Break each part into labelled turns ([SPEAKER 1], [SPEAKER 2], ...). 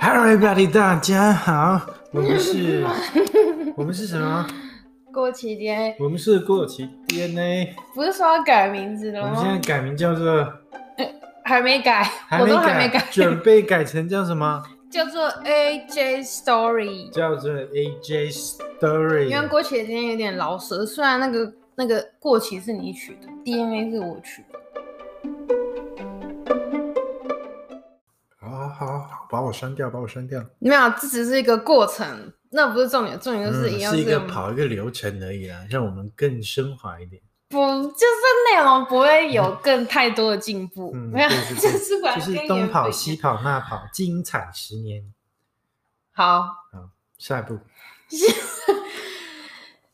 [SPEAKER 1] Hello everybody，大家好，我们是，我们是什 么？
[SPEAKER 2] 过期间
[SPEAKER 1] 我们是过期 DNA，
[SPEAKER 2] 不是说要改名字
[SPEAKER 1] 我
[SPEAKER 2] 了
[SPEAKER 1] 们现在
[SPEAKER 2] 吗？
[SPEAKER 1] 改名叫做，
[SPEAKER 2] 还没改，我都还没改，
[SPEAKER 1] 准备改成叫什么？
[SPEAKER 2] 叫做 AJ Story。
[SPEAKER 1] 叫做 AJ
[SPEAKER 2] 因
[SPEAKER 1] Story。
[SPEAKER 2] 为过期的今天有点老舌，虽然那个那个过期是你取的，DNA 是我取的。
[SPEAKER 1] 好好好好，把我删掉，把我删掉。
[SPEAKER 2] 没有，这只是一个过程，那不是重点，重点就是一
[SPEAKER 1] 嗯
[SPEAKER 2] 样
[SPEAKER 1] 是一个
[SPEAKER 2] 我们
[SPEAKER 1] 跑一个流程而已啦，让我们更升华一点。
[SPEAKER 2] 不就是内容不会有更太多的进步，
[SPEAKER 1] 嗯
[SPEAKER 2] 没有，
[SPEAKER 1] 对对对
[SPEAKER 2] 就是把
[SPEAKER 1] 就是
[SPEAKER 2] 跟
[SPEAKER 1] 东
[SPEAKER 2] 原
[SPEAKER 1] 跑
[SPEAKER 2] 本
[SPEAKER 1] 西跑那跑，精彩十年。
[SPEAKER 2] 好。
[SPEAKER 1] 下一步，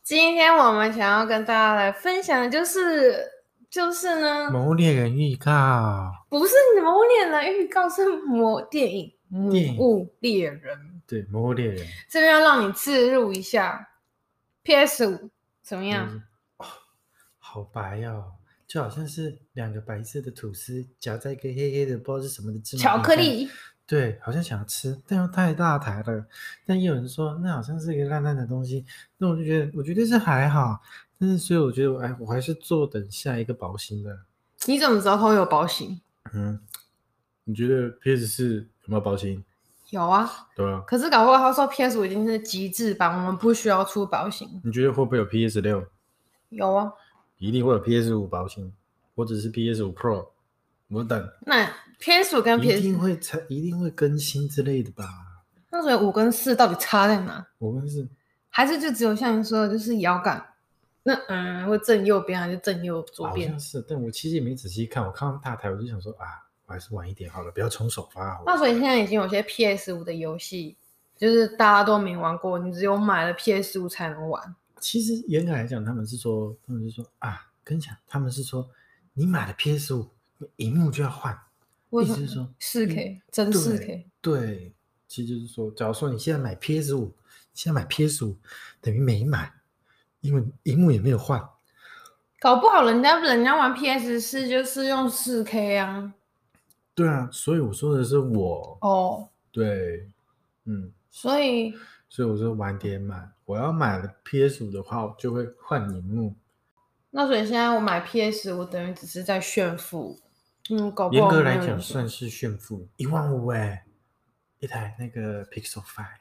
[SPEAKER 2] 今天我们想要跟大家来分享的就是就是呢，
[SPEAKER 1] 《魔物猎人》预告。
[SPEAKER 2] 不是你们猎人预告是魔电影《
[SPEAKER 1] 电影
[SPEAKER 2] 魔物猎人
[SPEAKER 1] 对，《魔物猎人》》，
[SPEAKER 2] 这边要让你自入一下。PS 五怎么样？
[SPEAKER 1] 嗯哦好白哦，就好像是两个白色的吐司夹在一个黑黑的不知道是什么的芝麻
[SPEAKER 2] 巧
[SPEAKER 1] 饼
[SPEAKER 2] 克
[SPEAKER 1] 干。
[SPEAKER 2] 力
[SPEAKER 1] 对，好像想要吃，但又太大台了。但也有人说那好像是一个烂烂的东西，那我就觉得我觉得是还好，但是所以我觉得我哎，我还是坐等下一个薄型的。
[SPEAKER 2] 你怎么知道它会有保型？
[SPEAKER 1] 嗯，你觉得 PS 四有没有薄型？
[SPEAKER 2] 有啊，
[SPEAKER 1] 对啊，
[SPEAKER 2] 可是搞不好他说 PS 五已经是极致版，我们不需要出保型。
[SPEAKER 1] 你觉得会不会有 PS 六？
[SPEAKER 2] 有啊，
[SPEAKER 1] 一定会有 PS 五薄型，我只是 PS 五 Pro，我等。
[SPEAKER 2] 那 PS 五跟
[SPEAKER 1] 一
[SPEAKER 2] PS
[SPEAKER 1] 定会才一定会更新之类的吧？
[SPEAKER 2] 那所以五跟四到底差在哪？
[SPEAKER 1] 我们是
[SPEAKER 2] 还是就只有像你说的，就是摇杆，那嗯，会正右边还是正右左
[SPEAKER 1] 好
[SPEAKER 2] 边
[SPEAKER 1] 像？是，但我其实也没仔细看，我看到大台我就想说啊，我还是晚一点好了，不要冲首发好
[SPEAKER 2] 那
[SPEAKER 1] 了。
[SPEAKER 2] 所以现在已经有些 PS 五的游戏，就是大家都没玩过，你只有买了 PS 五才能玩。
[SPEAKER 1] 其实严格来讲，他们是说，他们是说啊，跟你讲，他们是说你买了 PS 五，你荧幕就要换，
[SPEAKER 2] 为
[SPEAKER 1] 意
[SPEAKER 2] 什
[SPEAKER 1] 思
[SPEAKER 2] 么
[SPEAKER 1] 是说
[SPEAKER 2] 四 K 真四 K，
[SPEAKER 1] 嗯对，其实就是说，假如说你现在买 PS 五，现在买 PS 五等于没买，因为荧幕也没有换。
[SPEAKER 2] 搞不好人家人家玩 PS 四就是用四 K 啊。
[SPEAKER 1] 对啊，所以我说的是我，
[SPEAKER 2] 哦，
[SPEAKER 1] 对，嗯。
[SPEAKER 2] 所以
[SPEAKER 1] 所以我说晚点买。我要买了 PS 五的话，我就会换荧幕。
[SPEAKER 2] 那所以现在我买 PS 五等于只是在炫富。嗯，搞不
[SPEAKER 1] 严
[SPEAKER 2] 好
[SPEAKER 1] 格
[SPEAKER 2] 没
[SPEAKER 1] 来
[SPEAKER 2] 有
[SPEAKER 1] 讲，
[SPEAKER 2] 人
[SPEAKER 1] 算是炫富，一万五哎，一台那个 Pixel Five。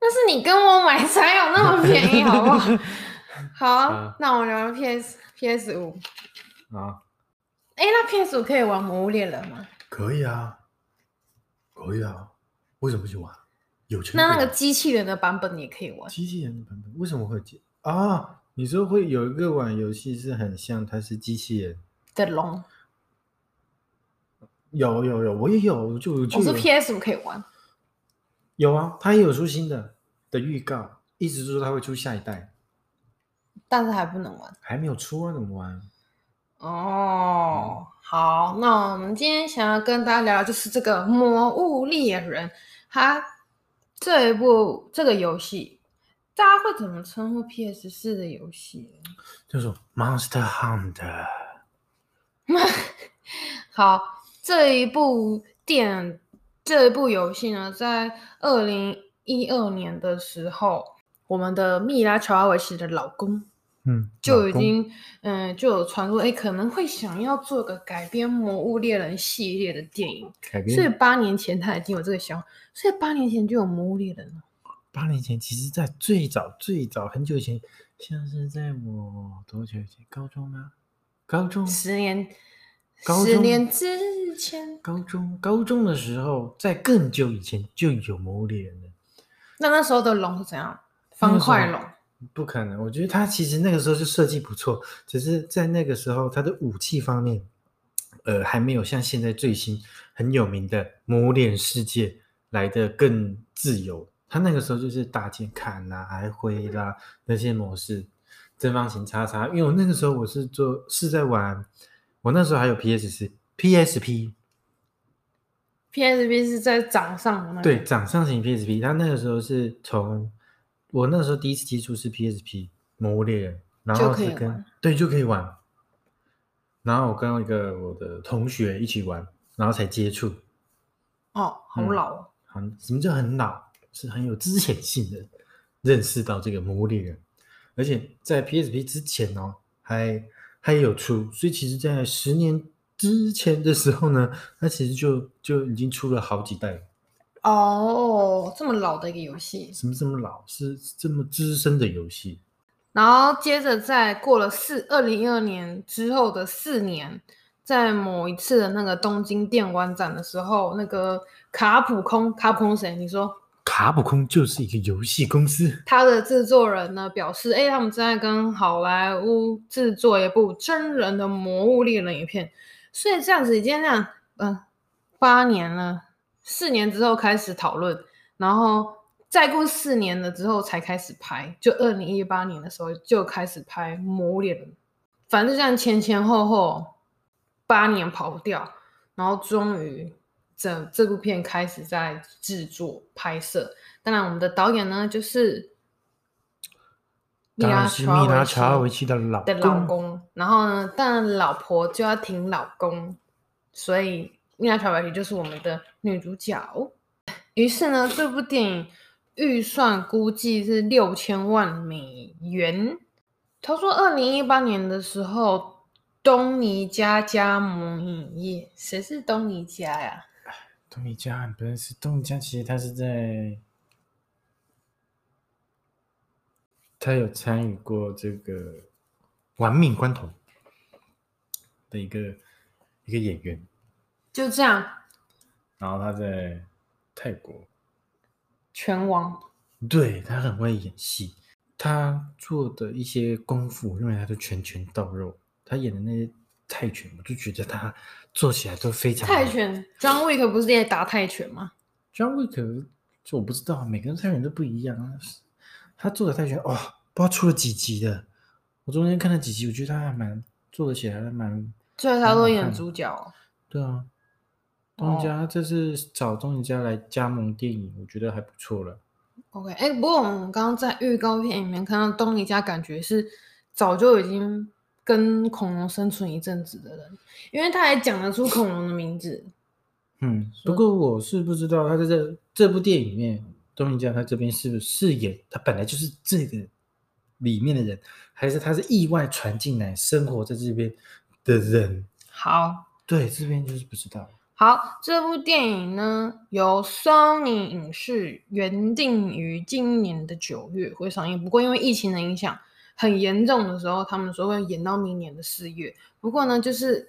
[SPEAKER 2] 但是你跟我买才有那么便宜，好不好？好啊，
[SPEAKER 1] 啊
[SPEAKER 2] 那我聊聊 PS PS 五。
[SPEAKER 1] 啊，
[SPEAKER 2] 哎，那 PS 五可以玩《魔物猎人》吗？
[SPEAKER 1] 可以啊，可以啊，为什么不行玩？有钱
[SPEAKER 2] 那那
[SPEAKER 1] 鬼啊
[SPEAKER 2] 个机器人的版本也可以玩。
[SPEAKER 1] 机器人的版本为什么会有机啊？你说会有一个玩游戏是很像，它是机器人。
[SPEAKER 2] 的龙，
[SPEAKER 1] 有有有，我也有，我就就
[SPEAKER 2] 我
[SPEAKER 1] 有
[SPEAKER 2] 说 PS 五可以玩。
[SPEAKER 1] 有啊，它也有出新的的预告，一直说它会出下一代，
[SPEAKER 2] 但是还不能玩。
[SPEAKER 1] 还没有出啊，怎么玩？
[SPEAKER 2] 哦，好，那我们今天想要跟大家聊聊就是这个《魔物猎人》，它这一部这个游戏，大家会怎么称呼 PS 四的游戏？
[SPEAKER 1] 叫做 Monster Hunter。
[SPEAKER 2] 好，这一部电这一部游戏呢，在二零一二年的时候，我们的蜜拉乔阿维奇的老公
[SPEAKER 1] 嗯，
[SPEAKER 2] 就
[SPEAKER 1] 老
[SPEAKER 2] 已
[SPEAKER 1] 公
[SPEAKER 2] 经嗯、就有传说，哎，可能会想要做个改编《魔物猎人》系列的电影，
[SPEAKER 1] 改
[SPEAKER 2] 所以
[SPEAKER 1] 编。
[SPEAKER 2] 八年前他已经有这个想法，所以八年前就有《魔物猎人》了。
[SPEAKER 1] 八年前，其实在最早最早很久以前，像是在我多久以前？高中吗？高中，
[SPEAKER 2] 十年，
[SPEAKER 1] 高
[SPEAKER 2] 十
[SPEAKER 1] 中
[SPEAKER 2] 年之前，
[SPEAKER 1] 高中，高中的时候，在更久以前就有《魔物猎人》了。
[SPEAKER 2] 那那时候的龙是怎样？
[SPEAKER 1] 那
[SPEAKER 2] 方
[SPEAKER 1] 个时
[SPEAKER 2] 块
[SPEAKER 1] 候
[SPEAKER 2] 龙。
[SPEAKER 1] 不可能，我觉得他其实那个时候就设计不错，只是在那个时候他的武器方面，呃，还没有像现在最新很有名的《魔物猎人世界》来的更自由。他那个时候就是大剑砍啦、还挥啦那些模式，正方形叉叉。因为我那个时候我是做是在玩，我那时候还有 PS 四、PSP，
[SPEAKER 2] PSP 是在掌上的那
[SPEAKER 1] 对，
[SPEAKER 2] 个
[SPEAKER 1] 掌上型 PSP，它那个时候是从我那时候第一次接触是 PSP《魔物猎人》，然
[SPEAKER 2] 就
[SPEAKER 1] 后
[SPEAKER 2] 可
[SPEAKER 1] 是
[SPEAKER 2] 以
[SPEAKER 1] 跟
[SPEAKER 2] 玩
[SPEAKER 1] 对就可以玩，然后我跟一个我的同学一起玩，然后才接触，
[SPEAKER 2] 哦，好
[SPEAKER 1] 嗯
[SPEAKER 2] 老哦。
[SPEAKER 1] 很什么叫很老，是很有之前性的认识到这个《魔物猎人》，而且在 PSP 之前哦，还还有出，所以其实在十年之前的时候呢，它其实就就已经出了好几代了。
[SPEAKER 2] 哦，这么老的一个游戏。
[SPEAKER 1] 什么这么老，是这么资深的游戏，
[SPEAKER 2] 然后接着在过了四二零一二年之后的四年，在某一次的那个东京电玩展的时候，那个卡普空，卡普空谁？你说
[SPEAKER 1] 卡普空就是一个游戏公司。
[SPEAKER 2] 他的制作人呢表示，哎，他们正在跟好莱坞制作一部真人的《魔物猎人》影片，所以这样子已经这样，嗯、八年了，四年之后开始讨论，然后再过四年了之后才开始拍，就二零一八年的时候就开始拍《魔物猎人》，反正这样前前后后八年跑不掉，然后终于这这部片开始在制作拍摄。当然，我们的导演呢就是
[SPEAKER 1] 当然是米拉乔
[SPEAKER 2] 尔
[SPEAKER 1] 维奇的老
[SPEAKER 2] 的老公，然后呢，但老婆就要挺老公，所以米拉乔维奇就是我们的女主角。于是呢，这部电影预算估计是六千万美元。他说，二零一八年的时候，东尼加加盟影业，谁是东尼加呀？
[SPEAKER 1] 东尼加不认识东尼加，其实他是在，他有参与过这个《玩命关头》的一个一个演员，
[SPEAKER 2] 就这样，
[SPEAKER 1] 然后他在泰国，
[SPEAKER 2] 拳王
[SPEAKER 1] 对他很会演戏，他做的一些功夫，我认为他都拳拳到肉，他演的那些泰拳，我就觉得他做起来都非常
[SPEAKER 2] 泰
[SPEAKER 1] 好
[SPEAKER 2] 拳，John Wick 不是也打泰拳吗？
[SPEAKER 1] John Wick 就我不知道，每个人泰拳都不一样啊。他做的泰拳哇、不知道出了几集的。我中间看了几集，我觉得他还蛮做得起来，还蛮
[SPEAKER 2] 所以他都演
[SPEAKER 1] 嗯
[SPEAKER 2] 主角哦、
[SPEAKER 1] 对啊。东
[SPEAKER 2] 哦
[SPEAKER 1] 尼家这次找东尼家来加盟电影，我觉得还不错了。
[SPEAKER 2] OK，哎、不过我们刚刚在预告片里面看到东尼家，感觉是早就已经跟恐龙生存一阵子的人，因为他还讲得出恐龙的名字。
[SPEAKER 1] 嗯，
[SPEAKER 2] 是
[SPEAKER 1] 不过我是不知道他在这这部电影里面，东尼家他这边是不是饰演他本来就是这个里面的人，还是他是意外传进来生活在这边的人？
[SPEAKER 2] 好
[SPEAKER 1] 对，这边就是不知道。
[SPEAKER 2] 好，这部电影呢由 Sony 影视原定于今年的九月会上映，不过因为疫情的影响很严重的时候，他们说会延到明年的四月。不过呢，就是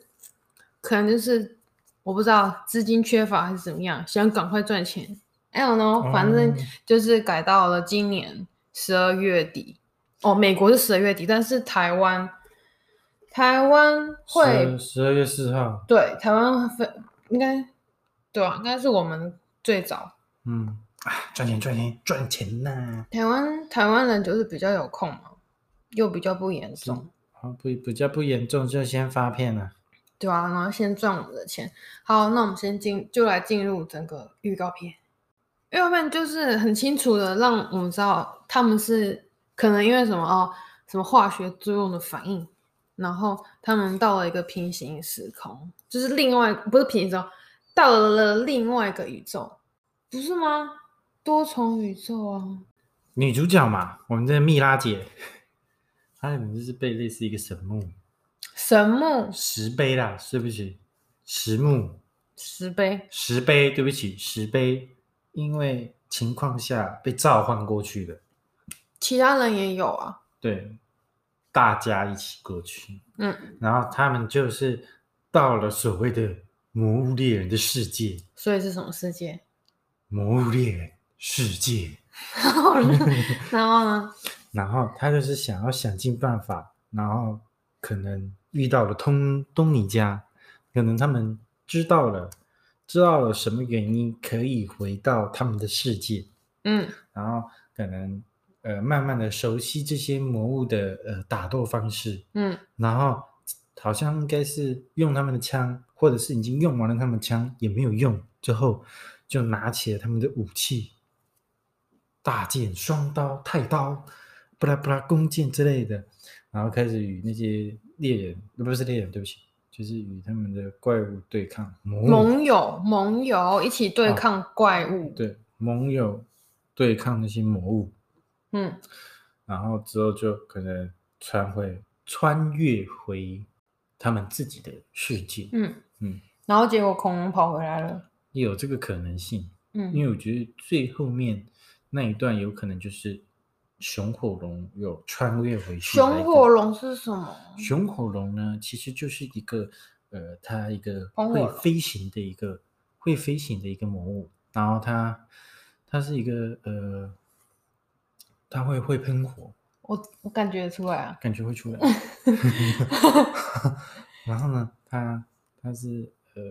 [SPEAKER 2] 可能就是我不知道资金缺乏还是怎么样，想赶快赚钱。I don't know，反正
[SPEAKER 1] 哦
[SPEAKER 2] 就是改到了今年十二月底。哦，美国是十二月底，但是台湾台湾会
[SPEAKER 1] 十二月四号，
[SPEAKER 2] 对台湾分应该对啊，应该是我们最早
[SPEAKER 1] 嗯，啊，赚钱赚钱赚钱呐、
[SPEAKER 2] 台湾台湾人就是比较有空嘛，又比较不严重。
[SPEAKER 1] 好，不比较不严重，就先发片了。
[SPEAKER 2] 对啊，然后先赚我们的钱。好，那我们先进就来进入整个预告片。预告片就是很清楚的让我们知道他们是可能因为什么哦，什么化学作用的反应，然后他们到了一个平行时空，就是另外不是平行时空，到了另外一个宇宙，不是吗？多重宇宙啊，
[SPEAKER 1] 女主角嘛，我们这蜜拉姐，她可能就是被类似一个神木
[SPEAKER 2] 神木
[SPEAKER 1] 石碑啦，对不起，石木
[SPEAKER 2] 石碑
[SPEAKER 1] 石碑，对不起石碑，因为情况下被召唤过去的，
[SPEAKER 2] 其他人也有啊，
[SPEAKER 1] 对，大家一起过去，
[SPEAKER 2] 嗯，
[SPEAKER 1] 然后他们就是到了所谓的魔物猎人的世界，
[SPEAKER 2] 所以是什么世界？
[SPEAKER 1] 魔物猎人世界。
[SPEAKER 2] 然后呢？ 然后呢？
[SPEAKER 1] 然后他就是想要想尽办法，然后可能遇到了通东尼家，可能他们知道了，知道了什么原因可以回到他们的世界，
[SPEAKER 2] 嗯，
[SPEAKER 1] 然后可能呃慢慢的熟悉这些魔物的呃打斗方式，
[SPEAKER 2] 嗯
[SPEAKER 1] 然后好像应该是用他们的枪，或者是已经用完了他们的枪也没有用之后，就拿起了他们的武器，大剑、双刀、太刀，布拉布拉弓箭之类的，然后开始与那些猎人，呃不是猎人，对不起，就是与他们的怪物对抗，盟友
[SPEAKER 2] 盟友盟友一起对抗怪物，
[SPEAKER 1] 啊对盟友对抗那些魔物，
[SPEAKER 2] 嗯，
[SPEAKER 1] 然后之后就可能穿回穿越回他们自己的世界，
[SPEAKER 2] 嗯
[SPEAKER 1] 嗯，
[SPEAKER 2] 然后结果恐龙跑回来了，
[SPEAKER 1] 也有这个可能性。
[SPEAKER 2] 嗯，
[SPEAKER 1] 因为我觉得最后面那一段有可能就是熊火龙有穿越回去来的。
[SPEAKER 2] 熊火龙是什么？
[SPEAKER 1] 熊火龙呢，其实就是一个呃，它一个
[SPEAKER 2] 风火
[SPEAKER 1] 会
[SPEAKER 2] 龙
[SPEAKER 1] 飞行的一个会飞行的一个魔物，然后它它是一个呃，它会会喷火，
[SPEAKER 2] 我我感觉出来啊，
[SPEAKER 1] 感觉会 出来。然后呢，它它是呃，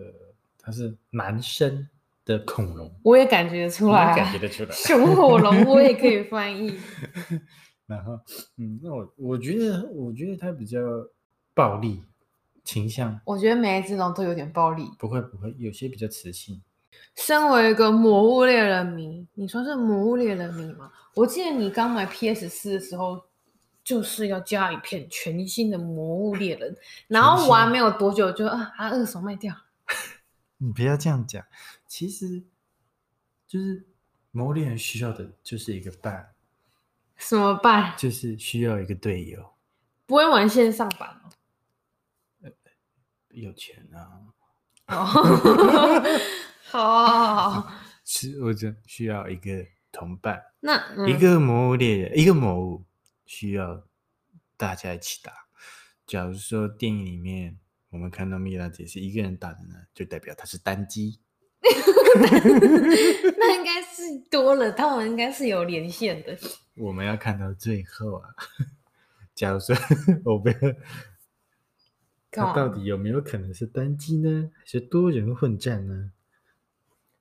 [SPEAKER 1] 它是男生的恐龙，
[SPEAKER 2] 我也感觉出
[SPEAKER 1] 我
[SPEAKER 2] 来
[SPEAKER 1] 感
[SPEAKER 2] 啊
[SPEAKER 1] 觉，得 出来。
[SPEAKER 2] 熊火龙我也可以翻译，
[SPEAKER 1] 然后，嗯，那我我觉得，我觉得他比较暴力倾向，
[SPEAKER 2] 我觉得每一只龙都有点暴力。
[SPEAKER 1] 不会不会，有些比较磁性。
[SPEAKER 2] 身为一个魔物猎人迷，你说是魔物猎人迷吗？我记得你刚买 PS 四的时候，就是要加一片全新的魔物猎人，然后玩没有多久就啊，啊二手卖掉。
[SPEAKER 1] 你不要这样讲，其实就是魔力很需要的就是一个伴，
[SPEAKER 2] 怎么办？
[SPEAKER 1] 就是需要一个队友，
[SPEAKER 2] 不会玩线上版哦
[SPEAKER 1] 有钱啊，
[SPEAKER 2] 哦。 好好好好，
[SPEAKER 1] 是我真需要一个同伴，
[SPEAKER 2] 那、嗯、
[SPEAKER 1] 一个魔物猎人，一个魔物需要大家一起打。假如说电影里面我们看到米拉姐是一个人打的呢，就代表她是单机。
[SPEAKER 2] 那应该是多了，他们应该是有连线的。
[SPEAKER 1] 我们要看到最后啊。 假如说 我不要，
[SPEAKER 2] 干
[SPEAKER 1] 它
[SPEAKER 2] 嘛
[SPEAKER 1] 到底有没有可能是单机呢，还是多人混战呢？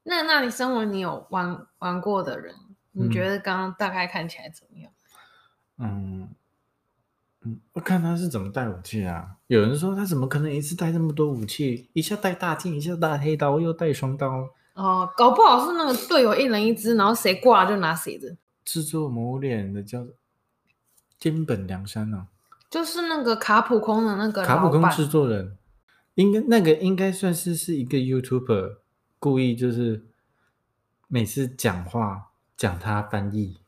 [SPEAKER 2] 那那你身为你有玩玩过的人，你觉得刚刚大概看起来怎么样？
[SPEAKER 1] 嗯嗯，我看他是怎么带武器啊。有人说他怎么可能一次带那么多武器？一下带大剑，一下带黑刀，又带双刀。
[SPEAKER 2] 哦，搞不好是那个队友一人一只，然后谁挂了就拿谁的，
[SPEAKER 1] 制作《魔物猎人》的叫金本良山啊，
[SPEAKER 2] 就是那个卡普空的那个
[SPEAKER 1] 卡普
[SPEAKER 2] 老
[SPEAKER 1] 空
[SPEAKER 2] 板
[SPEAKER 1] 制作人，应该那个应该算是是一个 YouTuber，故意就是每次讲话讲他翻译，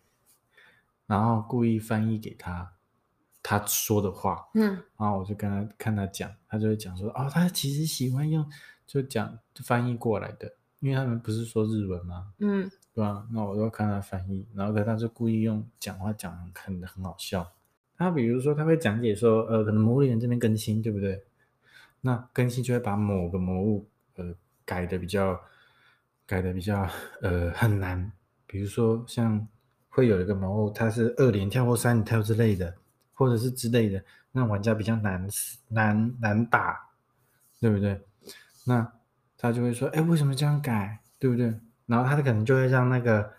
[SPEAKER 1] 然后故意翻译给他他说的话，
[SPEAKER 2] 嗯，
[SPEAKER 1] 然后我就跟他看他讲，他就会讲说哦，他其实喜欢用就讲翻译过来的，因为他们不是说日文吗？
[SPEAKER 2] 嗯，
[SPEAKER 1] 对啊，那我都要看他翻译，然后可是他就故意用讲话讲得很很好笑。他比如说他会讲解说，呃，可能魔物猎人这边更新，对不对？那更新就会把某个魔物呃改的比较改的比较呃很难，比如说像会有一个魔物它是二连跳或三连跳之类的，或者是之类的，那玩家比较难死难难打，对不对？那他就会说：“哎，为什么这样改？对不对？”然后他可能就会让那个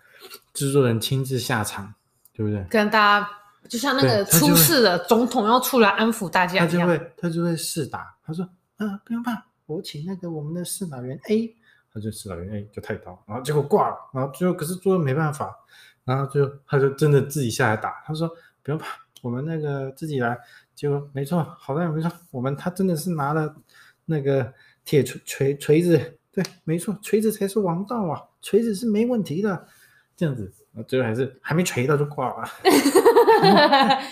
[SPEAKER 1] 制作人亲自下场，对不对？
[SPEAKER 2] 跟大家就像那
[SPEAKER 1] 对
[SPEAKER 2] 个
[SPEAKER 1] 他就
[SPEAKER 2] 出
[SPEAKER 1] 会
[SPEAKER 2] 事的总统要出来安抚大家
[SPEAKER 1] 他
[SPEAKER 2] 一
[SPEAKER 1] 就
[SPEAKER 2] 样，
[SPEAKER 1] 会他就会试打，他说：“嗯，不用怕，我请那个我们的试打员 A。”他就试打员 A 就太刀，然后结果挂了，然后最后可是最后没办法，然后最后他就真的自己下来打，他说：“不用怕，我们那个自己来。”结果没错，好像没错，我们他真的是拿了那个铁锤锤锤子，对，没错，锤子才是王道啊，锤子是没问题的，这样子，然后最后还是还没锤到就挂了。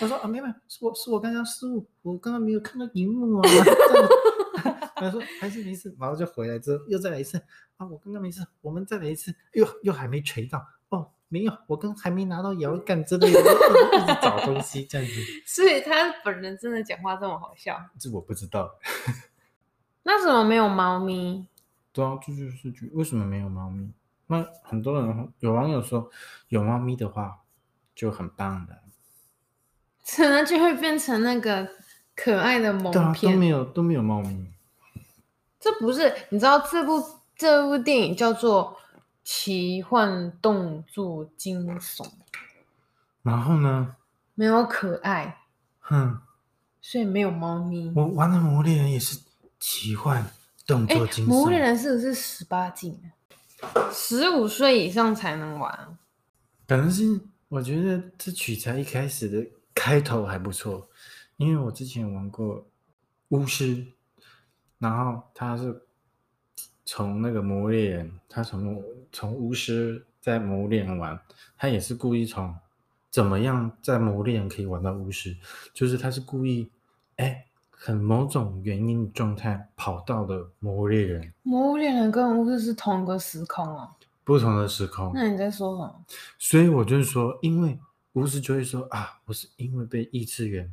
[SPEAKER 1] 我说啊，没有，没有，是我是我刚刚失误，我刚刚没有看到荧幕啊。这样子他说还是没事，然后就回来之后又再来一次啊，我刚刚没事，我们再来一次，又又还没锤到哦，没有，我刚还没拿到摇杆之类的，一直一直找东西这样子，
[SPEAKER 2] 所以他本人真的讲话这么好笑。
[SPEAKER 1] 这我不知道。
[SPEAKER 2] 那怎么没有猫咪？
[SPEAKER 1] 对啊，这就是觉为什么没有猫咪？那很多人有网友说有猫咪的话就很棒的，
[SPEAKER 2] 可能就会变成那个可爱的
[SPEAKER 1] 对啊
[SPEAKER 2] 萌，
[SPEAKER 1] 都
[SPEAKER 2] 片。
[SPEAKER 1] 没有都没有猫咪。
[SPEAKER 2] 这不是你知道这部这部电影叫做《奇幻动作惊悚》，
[SPEAKER 1] 然后呢，
[SPEAKER 2] 没有可爱，
[SPEAKER 1] 哼。
[SPEAKER 2] 所以没有猫咪。
[SPEAKER 1] 我玩的《魔物猎人》也是奇幻动
[SPEAKER 2] 哎
[SPEAKER 1] 作惊，
[SPEAKER 2] 魔物猎
[SPEAKER 1] 悚，
[SPEAKER 2] 人是不是十八禁啊？十五岁以上才能玩。
[SPEAKER 1] 可能是我觉得这取材一开始的开头还不错，因为我之前玩过巫师，然后他是从那个魔猎人，他从从巫师在魔猎人玩，他也是故意从怎么样在魔猎人可以玩到巫师，就是他是故意哎，很某种原因的状态跑到了魔猎人
[SPEAKER 2] 魔物猎人跟巫师是同个时空哦。
[SPEAKER 1] 不同的时空，
[SPEAKER 2] 那你在说什么？
[SPEAKER 1] 所以我就说，因为巫师就会说啊，我是因为被异次元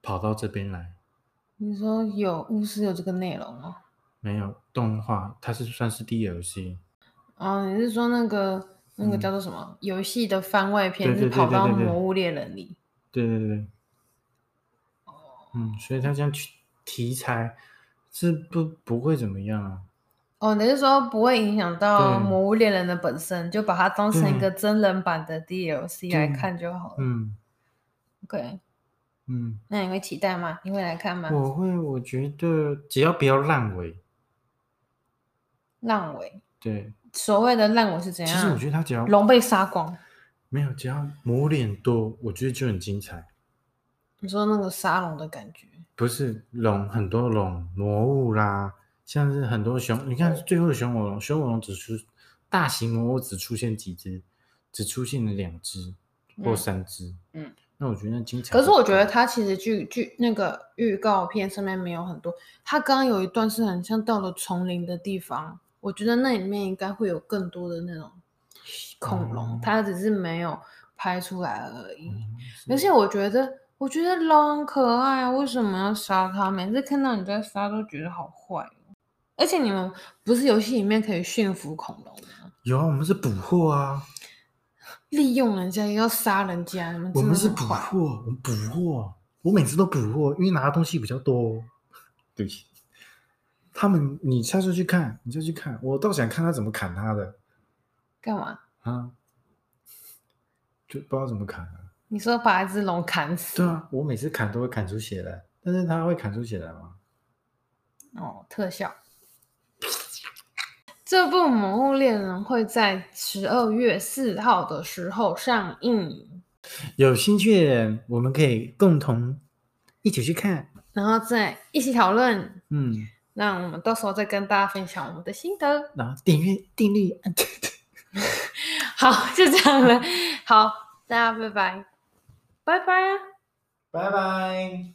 [SPEAKER 1] 跑到这边来，
[SPEAKER 2] 你说有巫师有这个内容吗？
[SPEAKER 1] 没有动画，它是算是 DLC，
[SPEAKER 2] 哦，你是说那个那个
[SPEAKER 1] 嗯
[SPEAKER 2] 叫做什么、游戏的番外篇
[SPEAKER 1] 对
[SPEAKER 2] 是
[SPEAKER 1] 对对
[SPEAKER 2] 跑
[SPEAKER 1] 对
[SPEAKER 2] 到
[SPEAKER 1] 对对
[SPEAKER 2] 魔物猎人里？
[SPEAKER 1] 对对对，
[SPEAKER 2] 哦
[SPEAKER 1] 嗯，所以他这样去题材是不不会怎么样啊，
[SPEAKER 2] 哦，你是说不会影响到《
[SPEAKER 1] 对
[SPEAKER 2] 魔物猎人》的本身，就把它当成一
[SPEAKER 1] 对
[SPEAKER 2] 个真人版的 DLC 来
[SPEAKER 1] 对
[SPEAKER 2] 看就好了。
[SPEAKER 1] 嗯
[SPEAKER 2] OK，
[SPEAKER 1] 嗯，
[SPEAKER 2] 那你会期待吗？你会来看吗？
[SPEAKER 1] 我会我觉得只要不要烂尾，
[SPEAKER 2] 烂尾，
[SPEAKER 1] 对，
[SPEAKER 2] 所谓的烂尾是怎
[SPEAKER 1] 其
[SPEAKER 2] 样？
[SPEAKER 1] 实我觉得他只要
[SPEAKER 2] 龙被杀光。
[SPEAKER 1] 没有只要磨脸多，我觉得就很精彩。
[SPEAKER 2] 你说那个沙龙的感觉，
[SPEAKER 1] 不是龙，很多龙魔物啦，像是很多熊，你看最后的熊火龙，熊火龙只出大型魔物只出现几只，只出现了两只或
[SPEAKER 2] 嗯
[SPEAKER 1] 三只。
[SPEAKER 2] 嗯
[SPEAKER 1] 那我觉得那精彩不够。
[SPEAKER 2] 可是我觉得它其实剧剧那个预告片上面没有很多。它刚刚有一段是很像到了丛林的地方，我觉得那里面应该会有更多的那种恐龙，
[SPEAKER 1] 哦
[SPEAKER 2] 它只是没有拍出来而已。
[SPEAKER 1] 嗯，
[SPEAKER 2] 而且我觉得，我觉得龙很可爱啊，为什么要杀它？每次看到你在杀，都觉得好坏哦。而且你们不是游戏里面可以驯服恐龙吗？
[SPEAKER 1] 有啊，我们是捕获啊，
[SPEAKER 2] 利用人家，要杀人家，你们
[SPEAKER 1] 我
[SPEAKER 2] 真的
[SPEAKER 1] 们是
[SPEAKER 2] 很
[SPEAKER 1] 捕
[SPEAKER 2] 坏。
[SPEAKER 1] 获，我们捕获，我每次都捕获，因为拿的东西比较多 哦。对不起，他们你下次去看，你就去看，我倒想看他怎么砍他的
[SPEAKER 2] 干嘛？
[SPEAKER 1] 啊，就不知道怎么砍啊。
[SPEAKER 2] 你说把一只龙砍死？
[SPEAKER 1] 对啊，我每次砍都会砍出血来，但是他会砍出血来吗？
[SPEAKER 2] 哦，特效。这部《魔物猎人》会在十二月四号的时候上映，
[SPEAKER 1] 有兴趣的人，我们可以共同一起去看。
[SPEAKER 2] 然后再一起讨论。
[SPEAKER 1] 嗯，
[SPEAKER 2] 那我们到时候再跟大家分享我们的心得。
[SPEAKER 1] 然后订阅、订 阅，按
[SPEAKER 2] 好，就这样了。好，大家拜拜，拜拜啊！
[SPEAKER 1] 拜拜。